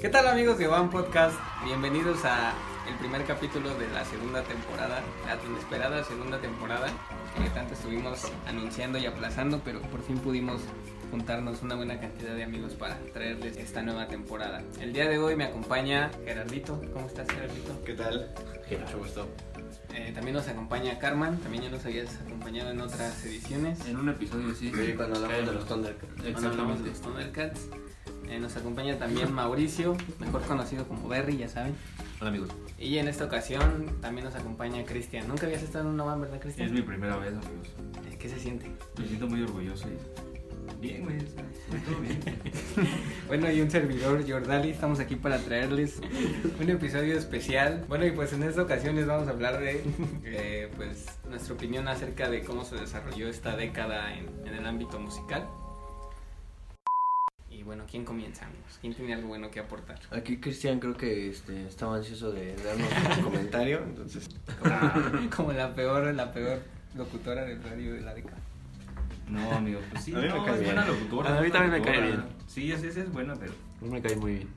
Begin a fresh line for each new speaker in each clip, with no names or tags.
¿Qué tal amigos de One Podcast? Bienvenidos a el primer capítulo de la segunda temporada, la tan esperada segunda temporada que tanto estuvimos anunciando y aplazando, pero por fin pudimos juntarnos una buena cantidad de amigos para traerles esta nueva temporada. El día de hoy me acompaña Gerardito. ¿Cómo estás, Gerardito?
¿Qué tal? Mucho gusto.
Eh, también nos acompaña Carmen, también ya nos habías acompañado en otras ediciones.
En un episodio, sí.
Sí, cuando hablamos de los Thundercats.
Cuando hablamos
Exactamente.
de los Thundercats. Eh, nos acompaña también Mauricio, mejor conocido como Berry, ya saben.
Hola amigos.
Y en esta ocasión también nos acompaña Cristian. Nunca habías estado en una van, ¿verdad, Cristian?
Es mi primera vez, amigos.
Eh, ¿Qué se siente?
Me siento muy orgulloso y... Bien, güey. o sea, Todo bien.
Bueno, y un servidor, Jordali, estamos aquí para traerles un episodio especial. Bueno, y pues en esta ocasión les vamos a hablar de eh, pues, nuestra opinión acerca de cómo se desarrolló esta década en, en el ámbito musical. Y bueno, ¿quién comienza, amigos? ¿Quién tiene algo bueno que aportar?
Aquí Cristian creo que este, estaba ansioso de darnos un comentario, entonces
Como la peor, la peor locutora del radio de la década.
No, amigo, pues sí.
A mí me
no,
cae
es
bien.
buena locutora.
A
es
mí
buena
también me cae
locutora.
bien.
Sí, es, es, es buena, pero...
No Pues me cae muy bien.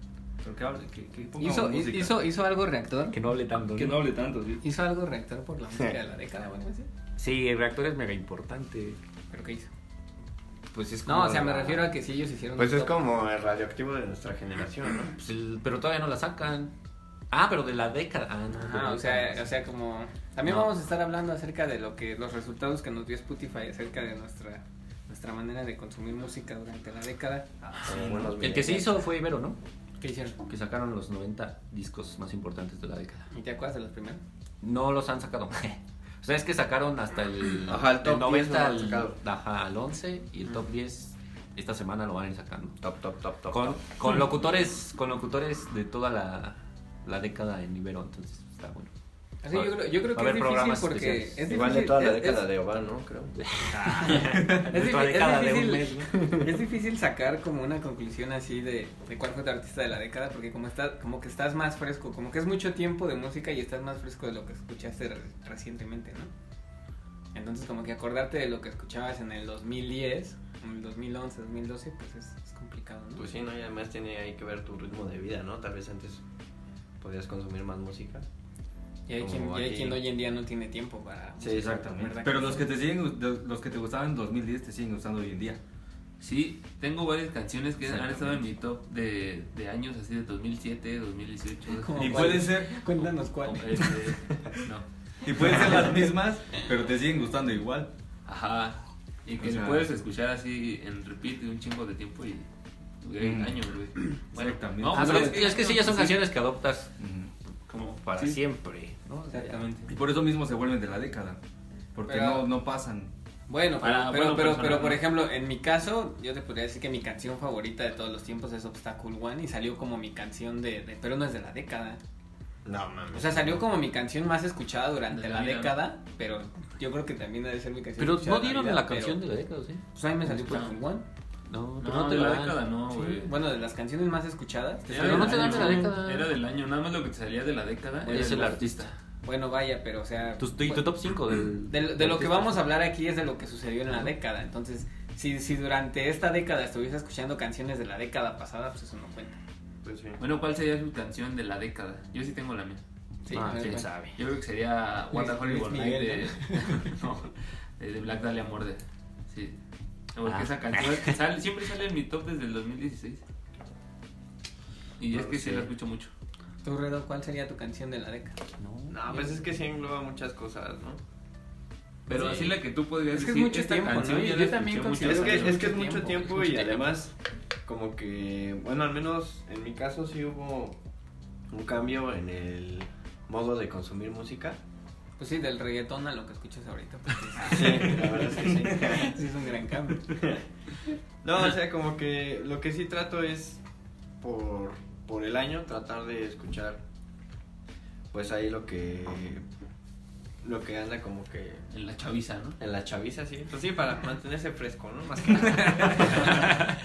Pero que hable, que, que ponga
¿Hizo,
música.
hizo, hizo algo reactor?
Que no hable tanto.
Que no hable tanto, sí.
¿Hizo algo reactor por la música de la década o algo así?
Sí, el reactor es mega importante.
¿Pero qué hizo?
Pues es como
No, o sea, me
la-
refiero a que si ellos hicieron...
pues
un
es
top.
como el radioactivo de nuestra generación, ¿no?
Pues el- Pero todavía no la sacan. Ah, pero de la década. Ah, no.
Ajá, o sea, o sea, como... También
No.
vamos a estar hablando acerca de lo que los resultados que nos dio Spotify acerca de nuestra nuestra manera de consumir música durante la década.
Como buenos
El que se
millennials.
hizo fue Ibero, ¿no?
¿Qué hicieron?
Que sacaron los 90 discos más importantes de la década.
¿Y te acuerdas de los primeros?
No los han sacado. o sea, es que sacaron hasta el,
Ajá, el top 10 no lo han
al,
sacado.
ajá, al 11 y el top 10 esta semana lo van a ir sacando.
Top, top, top, top.
Con,
top.
con locutores con locutores de toda la, la década en Ibero, entonces está bueno.
Así, yo creo, yo creo
Va a
que es
haber
difícil
programas
porque...
especiales.
es
Igual de
difícil-
toda la
es-
década
es-
de Obán, ¿no? Creo.
Es,
De toda
difi- es
década de un
difícil,
mes,
es difícil sacar como una conclusión así de, de cuál fue tu artista de la década, porque como está, como que estás más fresco, como que es mucho tiempo de música y estás más fresco de lo que escuchaste re- recientemente, ¿no? Entonces como que acordarte de lo que escuchabas en el 2010, en el 2011, 2012, pues es, es complicado, ¿no?
Pues sí, ¿no? Y además tiene ahí que ver tu ritmo de vida, ¿no? Tal vez antes podías consumir más música.
y hay,
como
quien, y hay
aquí.
quien hoy en día no tiene tiempo para...
Sí, exactamente.
¿verdad?
Pero los que te siguen, los que te gustaban en 2010 te siguen gustando hoy en día.
Sí, tengo varias canciones que han estado en mi top de, de años así de 2007, 2018.
¿Cómo
Y
cuál?
puede ser,
Cuéntanos cuál.
Como, este, no.
y pueden ser las mismas, pero te siguen gustando igual.
Ajá. Y que
O sea-
puedes escuchar así en repeat de un chingo de tiempo y duré
Mm.
años, güey.
Exactamente.
no,
Ah,
pero
pero
es que-
es que sí, ya son
sí.
canciones que adoptas
Como
para
Sí.
siempre, ¿no? O sea,
Exactamente.
Y por eso mismo se vuelven de la década. Porque
Pero-
no, no pasan.
Bueno, pero,
Ah,
Para-
pero,
bueno,
pero,
personal,
pero, por
¿no?
ejemplo, en mi caso, yo te podría decir que mi canción favorita de todos los tiempos es Obstacle One y salió como mi canción de, de- pero no es de la década.
No,
O
mames.
sea, salió como mi canción más escuchada durante
De
la
la vida.
década, pero yo creo que también debe ser mi canción.
Pero
escuchada
no
de
dieron
vida,
la
pero-
canción de la década, ¿sí?
Pues ahí me salió
No.
Obstacle One.
No,
No,
pero no, te
de
la
la
dan.
década no,
Sí,
güey.
Bueno, de las canciones más escuchadas. Ah,
Era
Pero
del
no te dan
año,
de la década.
Era del año, nada más lo que te salía de la década.
Es
era
el artista.
Bueno, vaya, pero o sea.
Tu, tu-
bueno,
tu top 5 del...
De, lo- de lo que vamos a hablar aquí es de lo que sucedió en la década. Entonces, si, si durante esta década estuviese escuchando canciones de la década pasada, pues eso no cuenta.
Pues sí.
Bueno, ¿cuál sería su canción de la década? Yo sí tengo la mía.
Sí,
Ah,
a ver,
quién
bueno.
sabe.
Yo creo que sería What the
Luis-
Hollywood
Luis
Night
Miguel,
de, no, de, de Black Dahlia Morde. Sí. Porque
Ah.
esa canción sale- siempre sale en mi top desde el 2016. Y es que sí
Sí.
la escucho mucho.
¿Tú, Redo, cuál sería tu canción de la década?
No.
No, pues es que sí engloba muchas cosas, ¿no?
Pero
Sí.
así la que tú podrías
Es que es
decir,
mucho
esta
tiempo,
canción
¿no?
ya
Yo
la
también
escuché muchas
considero
Es que,
veces.
es que es mucho tiempo y
mucho
además como que, bueno, al menos en mi caso sí hubo un cambio en el modo de consumir música.
Pues sí, del reggaetón a lo que escuchas ahorita. Pues
Ah, Sí, la verdad es que sí.
sí, sí es un gran cambio.
No, o sea, como que lo que sí trato es por, por el año tratar de escuchar pues ahí lo que lo que anda como que
En la chaviza, ¿no?
en la chaviza, sí. Pues sí, para mantenerse fresco, ¿no? Más que nada.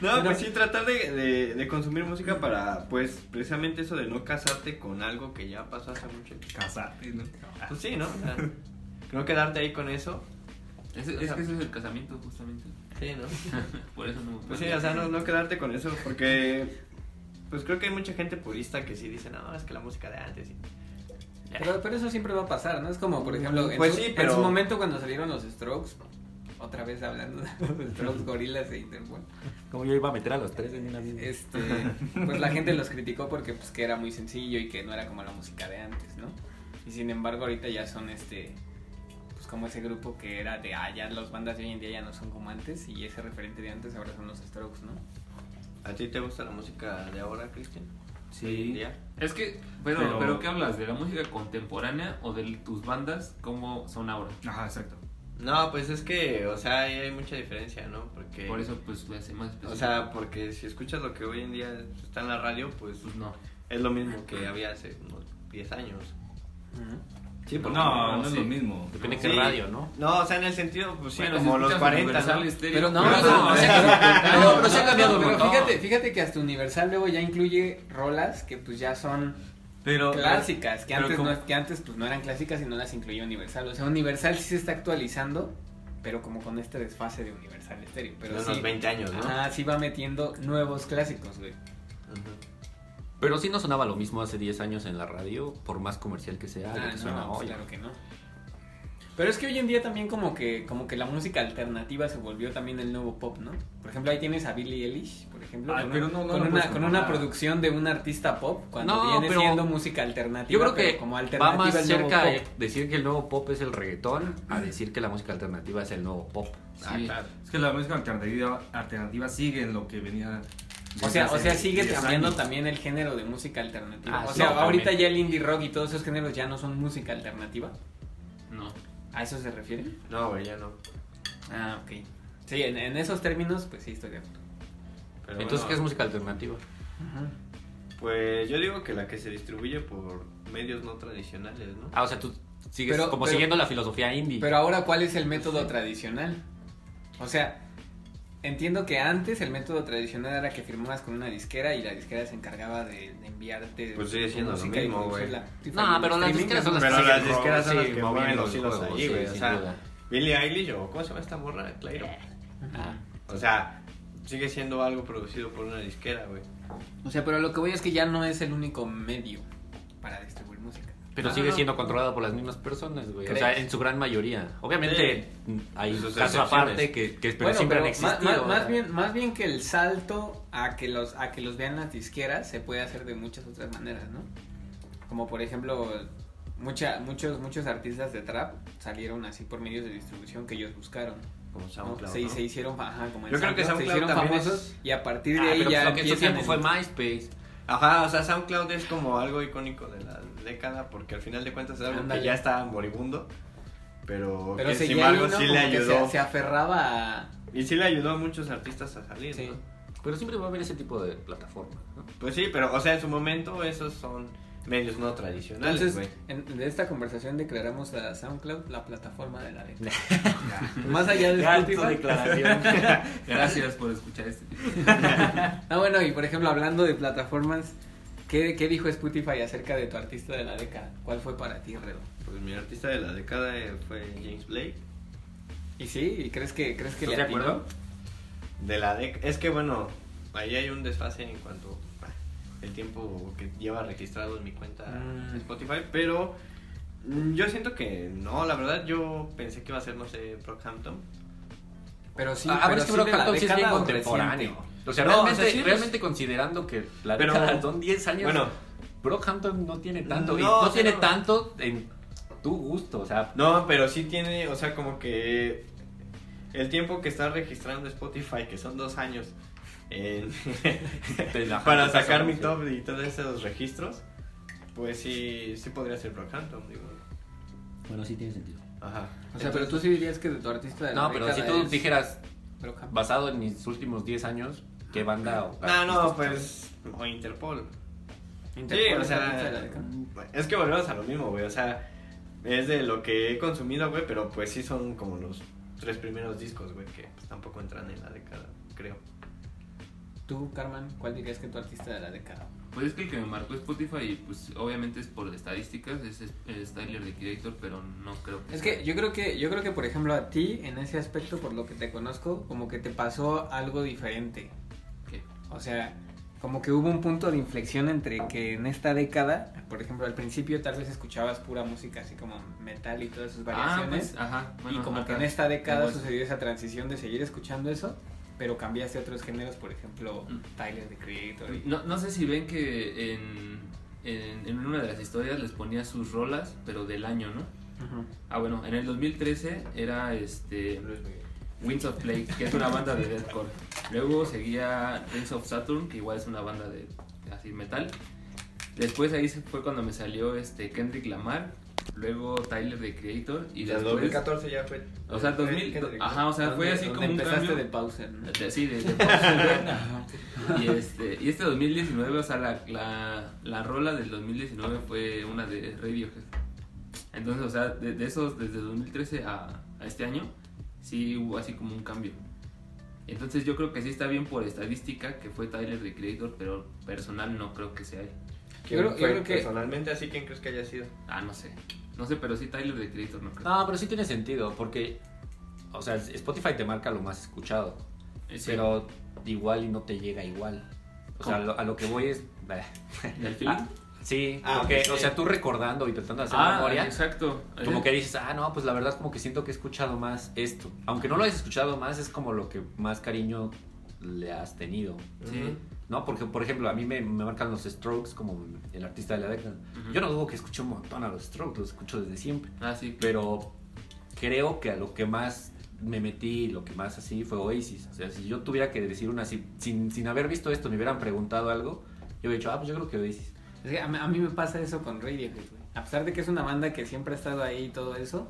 No, pues sí, tratar de, de- de consumir música para, pues, precisamente eso de no casarte con algo que ya pasó hace mucho tiempo.
Casarte, ¿no?
Pues sí, ¿no? O sea, no quedarte ahí con eso.
Es, es que ese es el casamiento, justamente.
Pues Sí, ¿no?
Por eso no.
Pues sí, o sea, no, no quedarte con eso, porque pues creo que hay mucha gente purista que sí dice, no, es que la música de antes. y-".
Pero, pero eso siempre va a pasar, ¿no? Es como, por ejemplo, en,
Pues
su,
sí,
en
pero-
su momento cuando salieron los Strokes, otra vez hablando de los Strokes, gorilas e Interpol,
Como yo iba a meter a los tres en una misma.
este, pues la gente los criticó porque pues que era muy sencillo y que no era como la música de antes, ¿no? Y sin embargo ahorita ya son este, pues como ese grupo que era de, ah, ya las bandas de hoy en día ya no son como antes y ese referente de antes ahora son los Strokes, ¿no?
¿A ti te gusta la música de ahora, Cristian? Hoy en
Sí.
día.
Es que, pero, pero,
Pero-
¿qué hablas? ¿De la música contemporánea o de tus bandas como son ahora?
Ajá, exacto.
No, pues es que, o sea, ahí hay mucha diferencia, ¿no? Porque,
Por eso, pues, lo hace más específico.
o sea, porque si escuchas lo que hoy en día está en la radio, pues
pues no.
es lo mismo que había hace unos 10 años. Sí, pues
porque-
No, no, es
sí.
lo mismo.
Depende
Sí.
qué radio, ¿no?
No, o sea, en el sentido, pues sí,
Bueno, si
como los
escuchas
40,
Universal
¿no?
Estéreo,
Pero no,
pues,
no, no,
o
se
sea,
ha- pero- pero se ha
no,
cambiado.
no,
Pero
no.
fíjate, fíjate que hasta Universal luego ya incluye rolas que pues ya son
Pero. eh,
clásicas, que
pero
antes,
como-
no, que antes pues no eran clásicas y no las incluía Universal. O sea, Universal sí se está actualizando, pero como con este desfase de Universal Stereo. Pero
de
sí,
unos 20 años, ¿no?
ajá, sí va metiendo nuevos clásicos, güey.
Ujú.
Pero sí no sonaba lo mismo hace 10 años en la radio, por más comercial que sea, lo
Ah,
que
no,
suena
pues,
hoy.
claro que no. Pero es que hoy en día también como que como que la música alternativa se volvió también el nuevo pop, ¿no? Por ejemplo, ahí tienes a Billie Eilish, por ejemplo,
Ay,
con,
pero
un-
no, no
con
lo
una,
puedes
con una
comparar.
producción de un artista pop, cuando
No,
viene
pero
siendo música alternativa,
Yo creo que
pero como
va
alternativa
más
el nuevo
cerca de
pop.
decir que el nuevo pop es el reggaetón a decir que la música alternativa es el nuevo pop.
Ah,
Sí.
claro.
Es que la música alternativa, alternativa sigue en lo que venía.
O
desde
sea,
hace
o sea, sigue
10
cambiando
años.
también el género de música alternativa.
Ah,
o
sí,
sea,
no,
ahorita
también.
ya el indie rock y todos esos géneros ya no son música alternativa.
No.
¿A eso se refiere?
No, güey, ya no.
Ah, ok. Sí, en, en esos términos, pues sí, estoy de acuerdo.
Pero
Entonces,
bueno,
¿qué es música alternativa?
Pues yo digo que la que se distribuye por medios no tradicionales, ¿no?
Ah, o sea, tú sigues
Pero-
como
pero-
siguiendo la filosofía indie.
Pero ahora, ¿cuál es el método tradicional? O sea, entiendo que antes el método tradicional era que firmabas con una disquera y la disquera se encargaba de, de enviarte
Pues sigue
tu
siendo lo
música y
mismo, güey.
producirla.
no, Ah, pero las
Streaming,
disqueras
¿no?
son las
Pero
que
las
siguen
disqueras son
ro-
las
sí,
que mueven los hilos
juegos,
ahí, güey, o
sin
sea,
duda.
Billie Eilish o ¿cómo se llama esta morra? Clairo.
Ah.
O sea, sigue siendo algo producido por una disquera, güey.
O sea, pero lo que voy es que ya no es el único medio para distribuir música.
Pero
Ah,
sigue
no.
siendo controlada por las mismas personas, güey. O
¿Crees?
sea, en su gran mayoría. Obviamente hay
Sus
casos
excepciones.
aparte que, que pero
Bueno,
siempre
pero
han
ma- ma-
existido.
Más,
¿no?
bien, más bien que el salto a que los a que los vean las disqueras se puede hacer de muchas otras maneras, ¿no? Como por ejemplo, mucha, muchos, muchos artistas de trap salieron así por medios de distribución que ellos buscaron. ¿no?
Como
se, se hicieron, ajá, como en
Yo creo que
SoundCloud, se
SoundCloud
hicieron
también es-
famosos y a partir de
Ah,
ahí
pero
ya
pues, lo que en su
empiezan
tiempo
en-
fue MySpace.
Ajá, o sea, SoundCloud es como algo icónico de la década porque al final de cuentas es algo
Ándale.
que ya está moribundo, pero,
pero
que sin
seguía
embargo
ahí, ¿no?
sí
Como
le
que
ayudó.
Se, se aferraba a...
Y sí le ayudó a muchos artistas a salir,
Sí.
¿no?
Pero siempre va a haber ese tipo de plataforma. ¿no?
Pues sí, pero o sea, en su momento esos son medios no tradicionales,
Entonces,
güey.
en- de esta conversación declaramos a SoundCloud la plataforma de la década. Más allá de
Ya, tu
Spotify.
declaración.
Gracias por escuchar este.
Ah, bueno, y por ejemplo, hablando de plataformas, ¿qué, qué dijo Spotify acerca de tu artista de la década? ¿Cuál fue para ti, Redo?
Pues mi artista de la década eh, fue James Blake.
¿Y sí? ¿Y crees que, crees que
¿Estás
le
de
atinó?
acuerdo?
De la dec- Es que bueno, ahí hay un desfase en cuanto ah, el tiempo que lleva registrado en mi cuenta
Mm.
Spotify, pero mm, yo siento que no, la verdad yo pensé que iba a ser, no sé, Brockhampton.
Pero sí,
ah, pero
pero
es que
sí de la
Brockhampton sí es bien
década o
contemporáneo.
reciente.
O sea,
No,
realmente,
o sea, sí es-
realmente considerando que la
Pero-
década son 10 años,
Bueno,
Brockhampton no tiene tanto. y
No,
no
sí,
tiene
no.
tanto en tu gusto. O sea,
no, pero sí tiene, o sea, como que el tiempo que está registrando Spotify, que son dos años, en-
te la-
para
te pasa
sacar mi
mucho.
top y todos esos registros, pues sí, sí podría ser Brockhampton, digo.
Bueno, sí tiene sentido.
Ajá.
O sea, pero tú sí dirías que de tu artista de la
No,
década
pero si tú
es
dijeras,
Brockhampton.
basado en mis últimos 10 años, ¿qué banda o
No, no,
artistas
pues. O Interpol.
Interpol
sí, o
es
sea.
artista de la década.
Es que volvemos a lo mismo, güey. O sea, es de lo que he consumido, güey. Pero pues sí son como los tres primeros discos, güey. Que pues, tampoco entran en la década, creo.
Tú, Carmen, ¿cuál dirías que tu artista de la década?
Pues es que el que me marcó Spotify, pues obviamente es por estadísticas, es, es, es Tyler the Creator, pero no creo que
Es
sea.
que yo creo que yo creo que por ejemplo a ti en ese aspecto por lo que te conozco como que te pasó algo diferente.
¿Qué?
O sea, como que hubo un punto de inflexión entre que en esta década, por ejemplo, al principio tal vez escuchabas pura música así como metal y todas sus
Ah,
variaciones.
pues, ajá.
y
bueno,
como
ajá.
que en esta década
Como es-
sucedió esa transición de seguir escuchando eso, pero cambiaste a otros géneros, por ejemplo,
Mm.
Tyler the Creator. y-
No, no sé si ven que en, en, en una de las historias les ponía sus rolas, pero del año, ¿no?
Ujú.
Ah, bueno, en el 2013 era este
Luis Miguel.
Winds of Plague, que es una banda de deathcore. Luego seguía Rings of Saturn, que igual es una banda de así metal. Después ahí se- fue cuando me salió este Kendrick Lamar, luego Tyler the Creator y
O sea, el
después
2014 ya fue.
o sea, 2000,
Kendrick.
ajá, Ah, o sea, fue
Donde-
así
donde
como un
empezaste
cambio
de Pauser, ¿no?
de- sí, de, de Portugal. y, este, y este 2019, o sea, la, la, la rola del 2019 fue una de Radiohead. Entonces, o sea, de, de esos, desde 2013 a, a este año, sí hubo así como un cambio. Entonces yo creo que sí está bien por estadística que fue Tyler de Creator, pero personal no creo que sea él.
¿Quién
Yo creo- yo
fue
creo que-
Personalmente, así, ¿quién crees que haya sido?
Ah, no sé. No sé, pero sí Tyler de Creator no creo.
No, pero sí tiene sentido, porque, o sea, Spotify te marca lo más escuchado,
Eh, sí.
pero igual y no te llega igual. O sea,
¿Cómo?
lo- a lo que voy es...
¿Del feeling?
Ah, sí,
Ah,
porque,
ok.
o sea, tú recordando y tratando de hacer
Ah,
memoria,
exacto. Eh,
como que dices, ah, no, pues la verdad como que siento que he escuchado más esto. Aunque no lo hayas escuchado más, es como lo que más cariño le has tenido.
Sí.
No, porque por ejemplo, a mí me, me marcan los Strokes como el artista de la década.
Ujú.
Yo no dudo que escuché un montón a los Strokes, los escucho desde siempre.
Ah, sí.
Pero creo que a lo que más me metí, lo que más así fue Oasis. O sea, si yo tuviera que decir una así, sin, sin haber visto esto, me hubieran preguntado algo, yo hubiera dicho, ah, pues yo creo que Oasis.
Es que a, mí- a mí me pasa eso con Radiohead, güey. A pesar de que es una banda que siempre ha estado ahí y todo eso,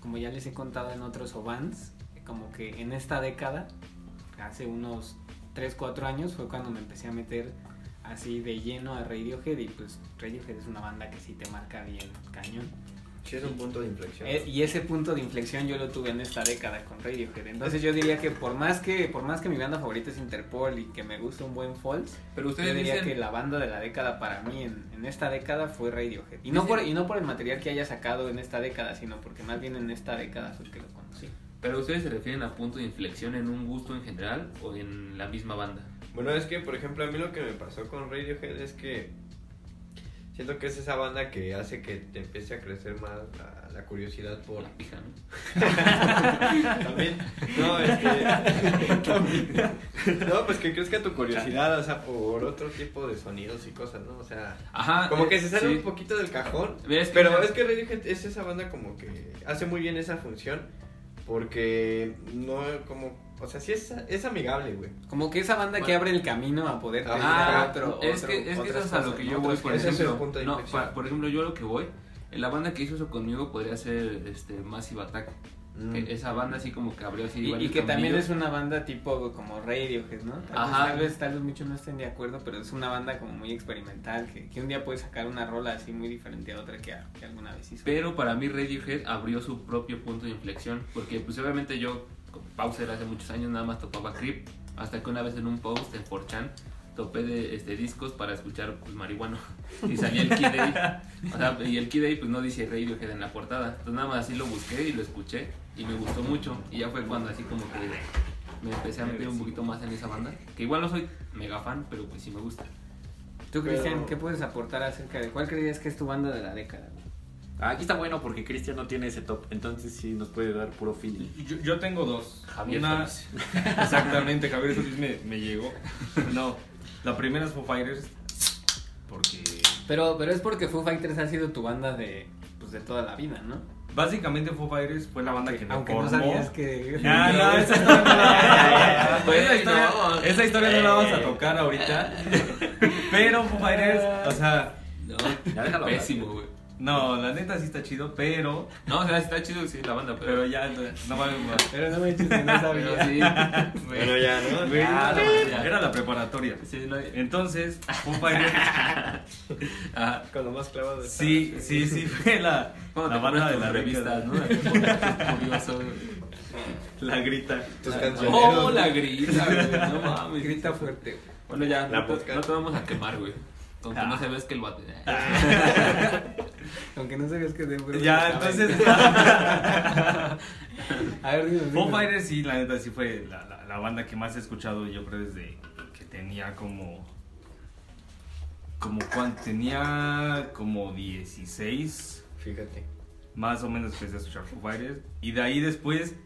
como ya les he contado en otros OVANs, como que en esta década, hace unos 3, 4 años, fue cuando me empecé a meter así de lleno a Radiohead y pues Radiohead es una banda que sí te marca bien cañón.
Sí, es un punto de inflexión.
Eh, y ese punto de inflexión yo lo tuve en esta década con Radiohead. Entonces yo diría que por más que por más que mi banda favorita es Interpol y que me gusta un buen Falls,
Pero ustedes
yo diría
dicen-
que la banda de la década para mí en, en esta década fue Radiohead. Y no, por, y no por el material que haya sacado en esta década, sino porque más bien en esta década fue que lo conocí.
Pero ustedes se refieren a punto de inflexión en un gusto en general o en la misma banda.
Bueno, es que, por ejemplo, a mí lo que me pasó con Radiohead es que siento que es esa banda que hace que te empiece a crecer más la, la curiosidad por...
La pija, ¿no?
También. No, este... no, pues que crezca tu curiosidad, o sea, por otro tipo de sonidos y cosas, ¿no? O sea,
Ajá.
como
eh,
que se sale
sí.
un poquito del cajón.
Mira, es que
Pero
ya-
es que Radiohead es esa banda como que hace muy bien esa función porque no como... O sea, sí es, es amigable, güey.
Como que esa banda que
Bueno.
abre el camino a poder tener
Ah,
otro,
es
otro-
que, es que eso
otras
es a lo
cosas,
que
¿no?
yo voy,
Otros
por
ese es el
ejemplo.
punto de
No,
inflexión.
pa- por ejemplo, yo lo que voy, eh, la banda que hizo eso conmigo podría ser este, Massive Attack. que
Mm.
esa banda así como que abrió así.
Y, y
varios
que también
caminos.
es una banda tipo como Radiohead, ¿no? Tal vez-
Ajá.
Tal vez, tal vez muchos no estén de acuerdo, pero es una banda como muy experimental, que, que un día puede sacar una rola así muy diferente a otra que, a- que alguna vez hizo.
Pero para mí Radiohead abrió su propio punto de inflexión, porque pues obviamente yo, con Pauser hace muchos años nada más topaba Creep, hasta que una vez en un post en 4chan topé de este, discos para escuchar pues, marihuano, y salía el Kid A, o sea, y el Kid A pues no dice Radiohead en la portada, entonces nada más así lo busqué y lo escuché, y me gustó mucho, y ya fue cuando así como que me empecé a meter un poquito más en esa banda, que igual no soy mega fan, pero pues sí me gusta.
Tú, Cristian,
Pero-
¿qué puedes aportar acerca de cuál creías que es tu banda de la década? güey?
Ah, Aquí está bueno porque Cristian no tiene ese top, entonces sí nos puede dar puro feeling.
Yo, yo tengo dos.
Javier
Una-
Solís.
Exactamente, Javier Solís me, me llegó. No, la primera es Foo Fighters. Porque
Pero, pero es porque Foo Fighters ha sido tu banda de, pues, de toda la vida, ¿no?
básicamente Foo Fighters fue la banda que me
Aunque
formó.
no sabías que...
Ya, no, esa historia no la,
Bueno,
Ah, esa historia-
no.
esa historia no la vamos a tocar ahorita. Pero Foo Fighters, o sea,
No,
Ya déjalo hablar.
pésimo, güey.
no, la neta sí está chido, pero
No, o sea, está chido, sí, la banda, pero...
pero ya no, no vale más.
Pero no me eches que no
Pero
sabía.
sí.
Bueno, ya, ¿no?
Güey,
Ah,
ya.
Era la preparatoria.
Sí, no, hay-
Entonces, Foo Fighters,
ah,
Con lo más clavado. está.
sí, sí, sí fue la,
cuando
la
te
banda
compras
de
tus
la revista,
revistas, ¿no? Ahí, Curioso.
La grita.
Tus
Oh,
cancioneros.
la grita, güey. No mames.
Grita fuerte, güey.
Bueno, ya,
La
no, te,
podcast.
no te vamos a quemar, güey. Con que no se ves que el bate.
Ah.
Aunque no sabías que... de-
Ya, entonces,
A ver, dime,
Foo
dime.
Fighters sí, la neta sí fue la, la- la banda que más he escuchado yo creo desde que tenía como como cuando tenía como 16,
Fíjate.
más o menos empecé a escuchar Foo Fighters. Y de ahí después,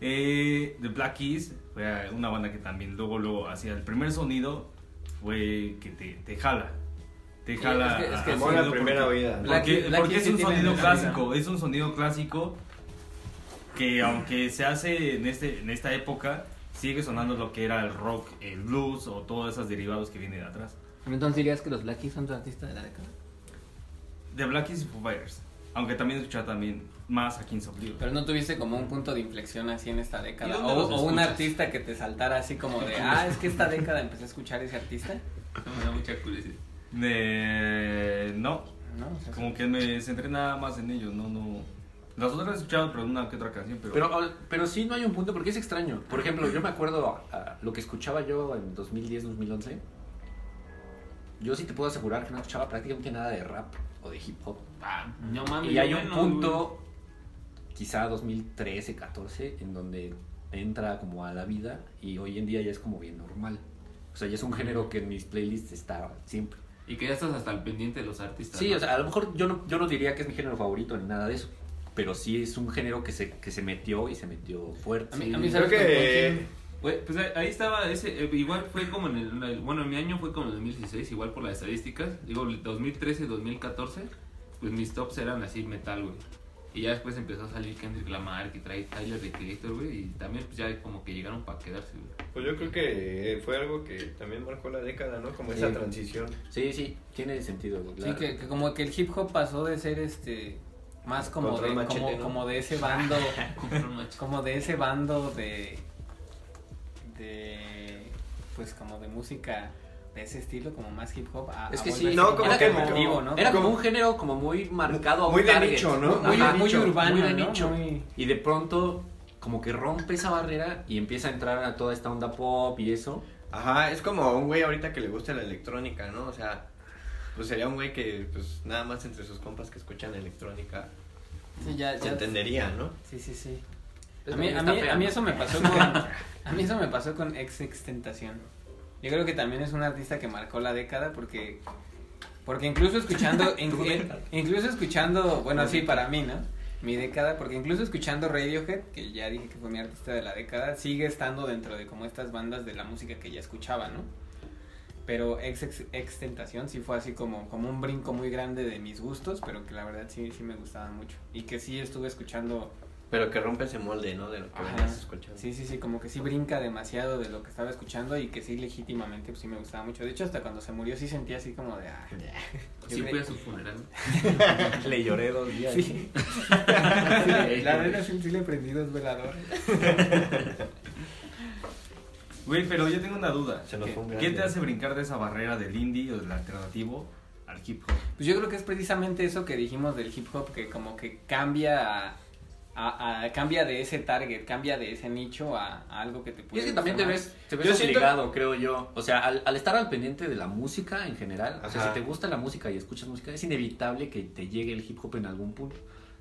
eh, The Black Keys fue una banda que también luego, luego hacía el primer sonido, fue que te, te jala. Te
Sí,
jala.
es que- es
a-
que
a
Buena
sonido
primera
porque-
oída.
Black
porque,
Keys- Black
porque
Keys
es
sí
un
tienen
sonido
esa
clásico, es un sonido clásico que aunque se hace en, este, en esta época, sigue sonando lo que era el rock, el blues o todos esos derivados que vienen de atrás.
Entonces dirías que los Black Keys son tu artista de la década.
De Black Keys y Foo Fighters, aunque también escuchaba también más a Kings of Leon.
Pero no tuviste como un punto de inflexión así en esta
¿Y
década.
dónde
O,
los
o un
escuchas?
artista que te saltara así como de, ah, es que esta década empecé a escuchar ese artista.
No me da mucha curiosidad.
Eh, no,
No, o sea,
como que me centré nada más en ellos, no, no. Las otras he escuchado, pero una que otra canción, pero...
Pero, al- pero sí no hay un punto, porque es extraño. Por ejemplo, yo me acuerdo ah, lo que escuchaba yo en 2010, 2011. Yo sí te puedo asegurar que no escuchaba prácticamente nada de rap o de hip hop.
Ah, no mames.
Y hay un
bueno, güey.
punto, quizá 2013, 14, en donde entra como a la vida y hoy en día ya es como bien normal. O sea, ya es un género que en mis playlists está siempre.
Y que ya estás hasta el pendiente de los artistas.
Sí,
¿no?
o sea, a lo mejor yo no, yo no diría que es mi género favorito ni nada de eso. Pero sí es un género que se, que se metió y se metió fuerte.
a mí, a mí
Sí,
¿sabes
Creo
con
que.
Güey, pues ahí- ahí estaba ese, eh, igual fue como en el, el- bueno, en mi año fue como en el 2016, igual por las estadísticas, digo, el 2013, 2014, pues mis tops eran así metal, güey. Y ya después empezó a salir Kendrick Lamar, que trae Tyler de Creator, güey, y también pues ya como que llegaron para quedarse, güey.
Pues yo creo que fue algo que también marcó la década, ¿no? Como
Sí.
esa transición.
Sí, sí, tiene sentido.
Sí,
la-
que, que como que el hip hop pasó de ser este más como
Control
de,
machete,
como,
¿no?
como de ese bando
Compró un macho.
como de ese bando de de pues como de música de ese estilo como más hip hop a,
Es
a
que sí,
volverse
no,
como que-
como vivo, ¿no?
Era como
Como-
un género como muy marcado. a un
Muy de
target.
nicho, ¿no?
muy,
Ajá,
muy
nicho,
urbano
muy de
¿no?
nicho.
Muy-
Y de pronto como que rompe esa barrera y empieza a entrar a toda esta onda pop y eso.
Ajá, es como un güey ahorita que le gusta la electrónica, ¿no? O sea, pues sería un güey que, pues nada más entre sus compas que escuchan electrónica,
sí, ya,
se
ya,
entendería, ¿no?
sí sí sí
Es
a mí,
como
a,
está
mí,
fea,
a mí
¿no?
eso me pasó con a mí eso me pasó con ex extentación yo creo que también es un artista que marcó la década porque porque incluso escuchando in-
Tu
in-
década.
incluso escuchando bueno sí para mí no mi década porque incluso escuchando Radiohead que ya dije que fue mi artista de la década sigue estando dentro de como estas bandas de la música que ya escuchaba no pero ex, ex, Ex tentación sí fue así como, como un brinco muy grande de mis gustos, pero que la verdad sí, sí me gustaban mucho. Y que sí estuve escuchando
Pero que rompe ese molde, ¿no? De lo que
Ajá.
venías escuchando.
Sí, sí, sí, como que sí brinca demasiado de lo que estaba escuchando y que sí legítimamente pues sí me gustaba mucho. De hecho, hasta cuando se murió sí sentía así como de... "Ah".
Sí
Yo
fui
creo-
a su funeral.
Le lloré dos días.
Sí.
Sí,
la verdad sí, sí le prendí dos veladores.
Güey, pero yo tengo una duda.
Se nos fue un gran
¿Qué te
día.
hace brincar de esa barrera del indie o del alternativo al hip hop?
Pues yo creo que es precisamente eso que dijimos del hip hop, que como que cambia a... a- a- cambia de ese target, cambia de ese nicho a, a algo que te
Y
puede
es que también te
gustar
ves, te ves
Yo siento-
obligado, creo yo. O sea, al, al estar al pendiente de la música en general, o sea,
Ajá.
si te gusta la música y escuchas música, es inevitable que te llegue el hip hop en algún punto.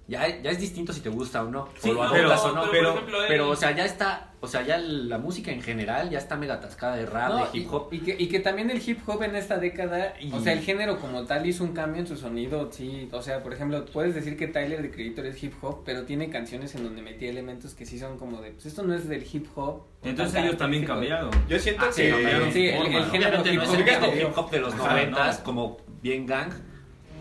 Ya, ya es distinto si te gusta o no,
Sí,
o lo
no,
adoptas
pero-
o no.
pero, por
Pero,
ejemplo, él-
pero, o sea, ya está, o sea, ya la música en general ya está mega atascada de rap,
No,
de hip hop.
Y, y que, y que también el hip hop en esta década,
Y-
o sea, el género como tal hizo un cambio en su sonido, sí. O sea, por ejemplo, puedes decir que Tyler de Creator es hip hop, pero tiene canciones en donde metía elementos que sí son como de, pues esto no es del hip hop.
Entonces ellos también cambiaron.
Yo siento
Ah, sí,
que. eh,
no, pero-
Sí, el, el
Forma,
género
Obviamente
hip
no es
hop.
el
cambió.
mismo hip hop de los
Ajá,
noventas,
no.
como bien gang.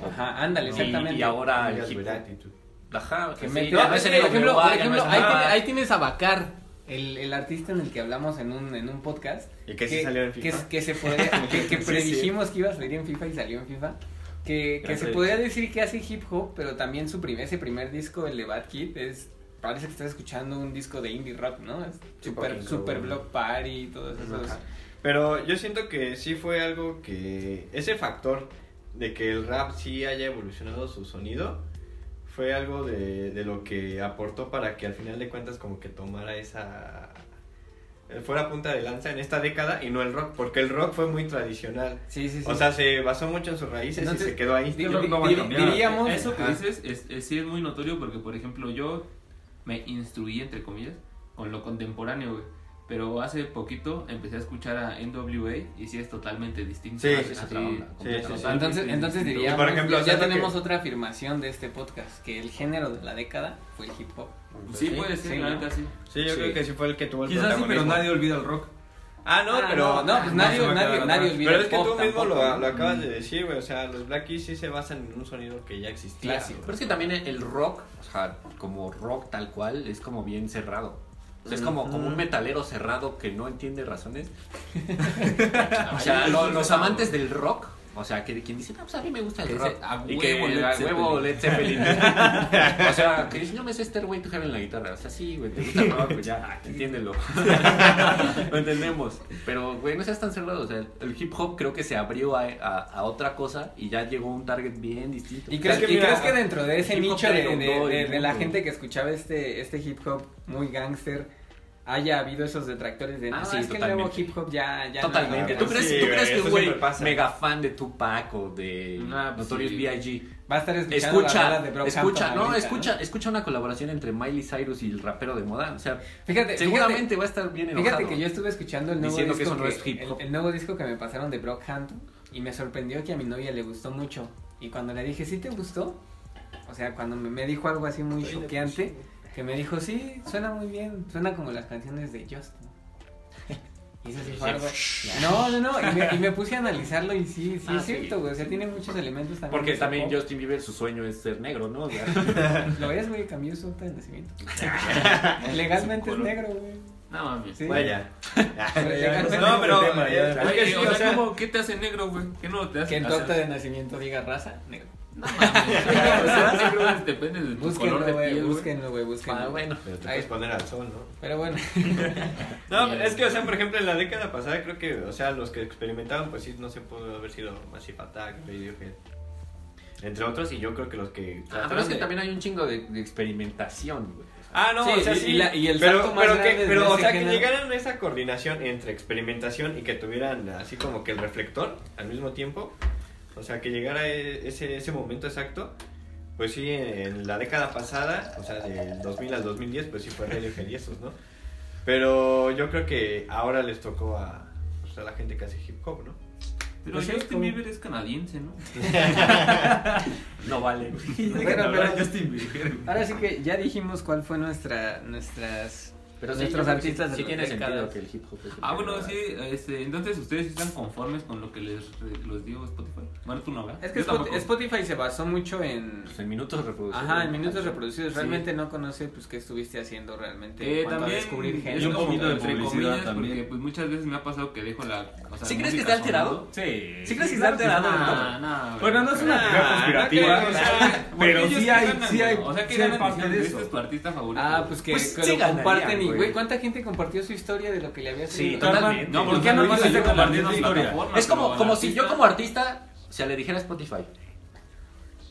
Ajá, ándale,
Y-
exactamente.
Y, ahora el
Tengas
hip hop.
veratitud.
Ajá,
Que
sí,
mete-
ya
no,
no
es
es
que,
el
por ejemplo,
Uruguay,
por
ya no
ejemplo,
es-
ahí,
Ajá.
tiene- ahí tienes a Bacar, el, el artista en el que hablamos en un, en un podcast.
Y que sí salió en
que-
FIFA.
que se podría- que, que
Sí, sí.
predijimos que iba a salir en FIFA y salió en FIFA. Que, que
Gran
se
predicción.
podría decir que hace hip hop, pero también su primer, ese primer disco, el de Bad Kid, es. Parece que estás escuchando un disco de indie rock, ¿no? Es
Sí,
super,
poquito.
super block party y todos esos.
Ajá. Pero yo siento que sí fue algo que. Ese factor de que el rap sí haya evolucionado su sonido fue algo de, de lo que aportó para que al final de cuentas, como que tomara esa. eh, fuera punta de lanza en esta década y no el rock, porque el rock fue muy tradicional.
Sí, sí, sí.
O sea, se basó mucho en sus raíces
Entonces,
y se quedó ahí.
di-
creo que no va a
di-
cambiar.
diríamos.
Eso que
Ajá.
dices es, es- sí es muy notorio porque, por ejemplo, yo me instruí, entre comillas, con lo contemporáneo, güey. Pero hace poquito empecé a escuchar a NWA y sí es totalmente distinto.
Sí,
Así-
es otra onda,
sí, sí.
Entonces, entonces diríamos,
Por ejemplo,
ya,
o sea,
ya
lo que-
tenemos otra afirmación de este podcast, que el género de la década fue el hip hop.
Sí, puede ser,
sí,
la
¿no?
neta sí.
Sí, yo
Sí.
creo que sí fue el que tuvo el
Quizás sí, pero
protagonismo.
nadie olvida el rock.
Ah, no,
Ah,
pero...
no, pues nadie,
se va a
nadie,
quedar
nadie
atrás.
olvida
Pero
el
es que
pop
tú mismo lo,
tampoco, Mm. ¿no?
lo acabas de decir, güey. O sea, los Black Keys sí se basan en un sonido que ya existía.
Clásico.
Pero es que también el rock, o sea, como rock tal cual, es como bien cerrado. O sea, es como, como un metalero cerrado que no entiende razones. o sea, lo- los amantes del rock, o sea, que quien dice, no, pues a mí me gusta el
Que
rock.
dice, "A
y que
huevo,
el
Led
a huevo
Zeppelin".
Led Zeppelin. o sea, que dice, no me sé este güey tocar en la guitarra. O sea, sí, güey, te gusta el rock, pues ya, entiéndelo. lo entendemos. Pero, güey, no seas tan cerrado. O sea, el hip hop creo que se abrió a, a- a otra cosa y ya llegó a un target bien distinto.
¿Y crees,
Es que
y
mira,
crees que dentro de ese
hip hop
nicho de, de-
inundó
de-
el
de la
mundo.
gente que escuchaba este, este hip hop muy gángster haya habido esos detractores de, no,
Ah,
sí, es que el nuevo
totalmente.
hip hop ya... ya no
Totalmente.
es
¿Tú
lo que
crees,
Sí,
¿tú
güey,
crees que
eso
un güey
siempre pasa.
mega fan de Tupac o de
Ah, pues
Notorious
sí.
B.I.G.
Va a estar escuchando las
Escucha,
rolas de Brockhampton
escucha, no,
ahorita,
escucha, escucha una colaboración entre Miley Cyrus y el rapero de moda. O sea,
Fíjate,
seguramente va a estar bien
Fíjate,
enojado.
fíjate que yo estuve escuchando el nuevo,
Diciendo que
disco
eso no es
que-
hip hop.
el, el nuevo disco que me pasaron de Brockhampton y me sorprendió que a mi novia le gustó mucho. Y cuando le dije, ¿sí te gustó? O sea, cuando me, me dijo algo así muy choqueante, que me dijo, sí, suena muy bien, suena como las canciones de Justin. Y eso sí fue algo- No, no, no, y me, y me puse a analizarlo y sí, sí
Ah,
es
sí.
cierto, güey, o sea, tiene muchos elementos también.
Porque
de
también
hip hop.
Justin Bieber, su sueño es ser negro, ¿no? O sea,
Lo ves, güey, cambió su acta de nacimiento. Legalmente es negro, güey.
No mames.
Sí.
Vaya.
Legalmente
No,
es
pero...
tema, ya.
eh,
Oye,
es que sí,
o sea, ¿cómo- ¿qué te hace negro, güey? ¿Qué no te hace
Que en tu
hacer-
acta de nacimiento diga raza, negro.
No mames. o sea, negro es- depende de tu color
Búsquenlo,
de
güey,
piel, güey.
búsquenlo, güey, búsquenlo.
ah, bueno.
Pero te
Ahí-
puedes poner al sol, ¿no?
Pero bueno,
No,
Bien.
es que, o sea, por ejemplo, en la década pasada creo que, o sea, los que experimentaban, pues sí, no se pudo haber sido Massive Attack, Radiohead, entre otros, y yo creo que los que...
Ah, pero es que también hay un chingo de, de experimentación, güey.
Ah, no,
Sí,
o sea,
y-
sí,
y la- y el
pero,
salto más
pero,
grande
que,
de
pero o
ese
sea, que
género.
llegaran a esa coordinación entre experimentación y que tuvieran así como que el reflector al mismo tiempo, o sea, que llegara e- ese, ese momento exacto, pues sí, en la década pasada, o sea, del 2000 al 2010, pues sí fue Radiohead y esos, ¿no? Pero yo creo que ahora les tocó a, pues, a la gente que hace hip hop, ¿no?
Pero
Pues sí,
Justin
como-
Bieber es canadiense, ¿no?
No vale.
Bueno,
Hablar
pero-
Justin Bieber, güey.
ahora sí que ya dijimos cuál fue nuestra, nuestras...
Pero sí,
Nuestros
yo creo que
artistas
sí,
de
sí
los
tiene sentido
décadas.
que el hip hop es el
Ah,
que
bueno,
va.
sí, este, entonces ustedes están conformes con lo que les, los dio Spotify. Bueno, tú no, ¿verdad?
Es que
Yo
Spot-
tampoco.
Spotify se basó mucho en...
Pues en minutos reproducidos.
Ajá, en minutos
Ajá.
reproducidos. Realmente no conoce, pues, qué estuviste haciendo realmente.
Eh,
en cuanto a
también
descubrir
es
género.
un
como
poquito de
entre
publicidad
comillas,
también.
porque pues muchas veces me ha pasado que dejo la. O sea,
¿Sí crees que
música
esté alterado?
sonando.
Sí.
¿Sí crees que está
claro
alterado?
Ah,
Nah, nah,
Bueno, no es una
nah,
teoría conspirativa,
nah,
o
nah,
sea,
porque
pero
ellos
sí
que
hay,
ganan,
sí hay,
güey. O sea, que
sí hay
ganan
parte
diciendo,
de
este es
eso.
tu artista favorito.
Ah,
güey.
pues que,
Pues
que
sí
lo
ganarían,
comparten y,
güey.
güey, ¿cuánta gente compartió su historia de lo que le había
Sí,
salido?
total.
Totalmente.
No,
¿por
porque
qué no
no
dices
dice
que
compartir
compartes
las
historia?
plataformas?
Es como,
pero
como
al
si yo
artista-
como artista, o sea, le dijera a Spotify,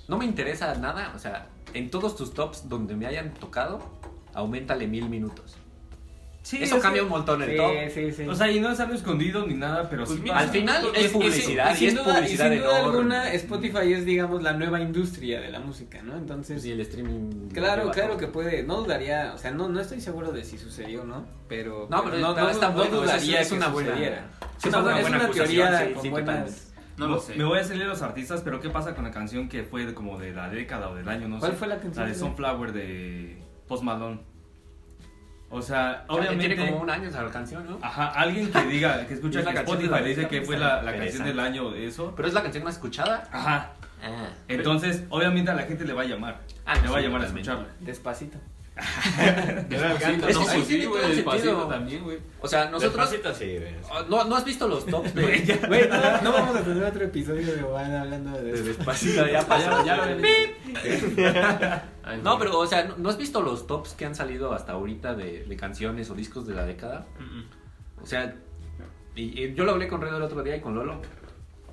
no me interesa nada, o sea, en todos tus tops donde me hayan tocado, aumentale mil minutos.
Sí,
Eso
es
cambia
que-
un montón el top.
Sí, sí, sí.
O sea, y no es algo escondido ni nada, pero
Pues
sí
mira,
pasa.
Al final
Pues
es
es que sí,
publicidad y,
sin
es
duda,
publicidad
sin duda
enorme.
alguna, Spotify es, digamos, la nueva industria de la música, ¿no? Entonces,
Pues, y el streaming.
claro,
lleva
claro
todo.
que puede, no dudaría, o sea, no, no estoy seguro de si sucedió o no, pero...
No, pero no, está
no
bueno, o sea, sí,
dudaría
es
que
una buena-
sucediera.
sí,
es una, buena, es una
acusación,
teoría
sí,
con
sí, totalmente.
buenas...
No lo sé.
Me voy a salir de los artistas, pero ¿qué pasa con la canción que fue de como de la década o del año? No
¿Cuál
sé.
fue la canción?
La de Sunflower de Post Malone. O sea,
O sea,
obviamente. Ah.
Tiene como un año esa canción, ¿no?
Ajá, alguien que diga, que escucha
Es la
que
canción de
Spotify
la
le dice que
década,
fue la, la canción
interesante.
del año de eso.
Pero es la canción más escuchada.
Ajá.
Ah.
Entonces, obviamente a la gente le va a llamar.
Ah,
le va a
sí,
llamar a
totalmente.
escucharla.
Despacito.
Despacito,
Es que
no,
sí tiene
pues sí,
todo
güey,
el
despacito
sentido.
también, güey.
O sea, nosotros. ah,
Despacito, sí, güey.
¿No, ¿No has visto los tops de.?
Güey, no, no vamos a tener otro episodio de Van hablando de...
de
Despacito.
Despacito, ya pasó.
Ya, ya lo había visto. Ay,
No,
güey.
pero, o sea, ¿no- ¿no has visto los tops que han salido hasta ahorita de, de canciones o discos de la década?
Mm, mm.
O sea, y, y yo lo hablé con Redo el otro día y con Lolo.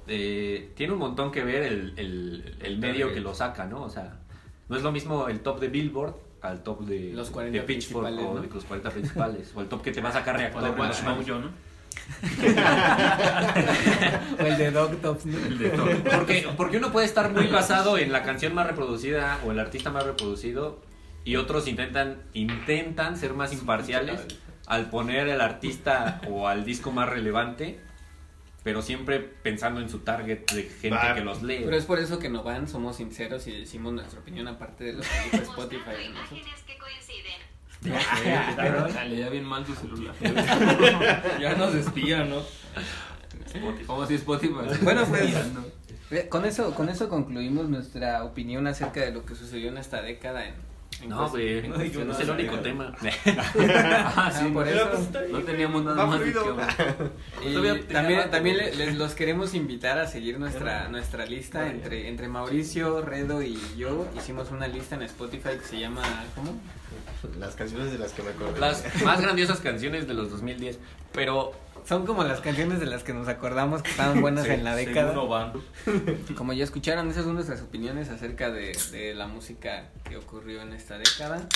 Eh, tiene un montón que ver el, el- el medio que lo saca, ¿no? O sea, no es lo mismo el top de Billboard al top de,
Los 40
de Pitchfork
principales,
o
¿no?
de los 40 principales. o el top que te va a sacar
O
Reactor.
de
¿no?
Watch Mojo, ¿no?
O el de Dog Tops, ¿no?
El de todo.
Porque, porque uno puede estar muy basado en la canción más reproducida o el artista más reproducido y otros intentan, intentan ser más imparciales al poner el artista o al disco más relevante, pero siempre pensando en su target de gente
Va.
que los lee.
Pero es por eso que no van, somos sinceros y decimos nuestra opinión aparte de los que dijo Spotify.
Mostrando
y nosotros.
imágenes que coinciden.
Pero le da bien mal tu celular.
Ya nos espía, ¿no?
Como si Spotify.
Bueno, pues, Eh, Con eso, con eso concluimos nuestra opinión acerca de lo que sucedió en esta década en, en
No,
cuest-
güey,
en
no
cuestión
es
de-
el único tema.
Ah, sí,
Ah, por
Pero,
eso.
pues, está bien,
No
güey.
teníamos nada
Va
más de
fluido.
qué hablar.
Y
Todavía te
también
llamaste,
también
güey.
les, los queremos invitar a seguir nuestra nuestra lista entre entre Mauricio, Redo y yo hicimos una lista en Spotify que se llama ¿cómo?
Las canciones de las que me acordé.
Las más grandiosas canciones de los 2010. Pero
Son como las canciones de las que nos acordamos que estaban buenas en la década.
Seguro van.
Como ya escucharon, esas son nuestras opiniones acerca de, de la música que ocurrió en esta década.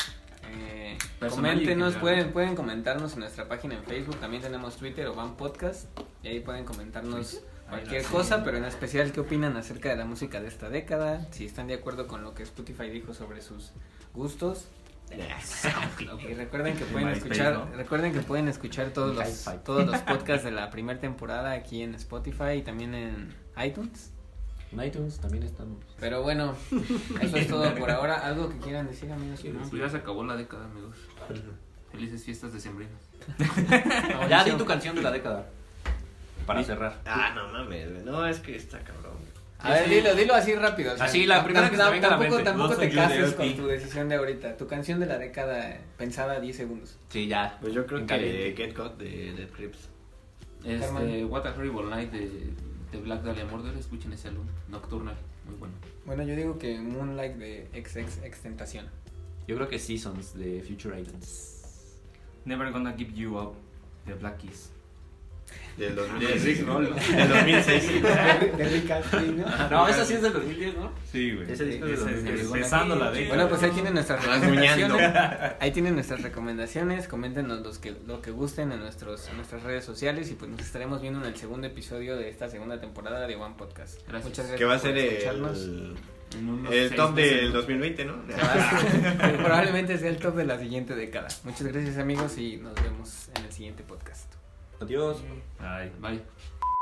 Eh,
Personal y
coméntenos,
general.
pueden, pueden comentarnos en nuestra página en Facebook, también tenemos Twitter o Van Podcast, y ahí pueden comentarnos cualquier cosa, pero en especial qué opinan acerca de la música de esta década, si están de acuerdo con lo que Spotify dijo sobre sus gustos. Y recuerden que pueden
MySpace,
escuchar,
¿no?
recuerden que pueden escuchar todos los, todos los podcasts de la primera temporada aquí en Spotify y también en iTunes.
en iTunes también estamos.
Pero bueno, eso es todo por ahora. Algo que quieran decir, amigos.
No, pues ya se acabó la década, amigos. Felices fiestas decembrinas.
Ya di tu canción de la década. Para
Mi-
cerrar.
Ah, no mames, güey. No, es que está cabrón.
A ver, dilo, dilo así rápido. o sea,
Así, la primera que se
tam-
venga a la
Tampoco,
mente.
tampoco
No
te
soy yo de
cases con
LP.
tu decisión de ahorita. Tu canción de la década eh, pensada 10 segundos.
Sí, ya.
Pues yo creo
En
que
caliente.
Get Got de Dead Grips.
Este,
Carmen.
What a Horrible Night de, de Black Dahlia Murder. Escuchen ese álbum. Nocturnal. Muy bueno.
Bueno, yo digo que Moonlight de XX Tentación.
Yo creo que Seasons de Future Items.
Never gonna give you up. De Black Keys.
Del
De
2006.
Rick
Del
Roll.
2006.
De Rick Astley, ¿no?
No, esa sí es del 2010, ¿no?
Sí, güey.
Ese disco es de
Esa-
2010.
Empezando la década.
Bueno, pues ahí tienen nuestras
Rasguñando.
recomendaciones. Ahí tienen nuestras recomendaciones. Coméntenos los que, lo que gusten en, nuestros, en nuestras redes sociales. Y pues nos estaremos viendo en el segundo episodio de esta segunda temporada de One Podcast.
Gracias.
Muchas gracias
Que va a
por
ser
escucharnos.
el,
En unos
el
seis
top
meses,
del
¿no?
2020, ¿no?
Ah, Probablemente sea el top de la siguiente década. Muchas gracias, amigos, y nos vemos en el siguiente podcast.
Adiós.
Ay.
Bye.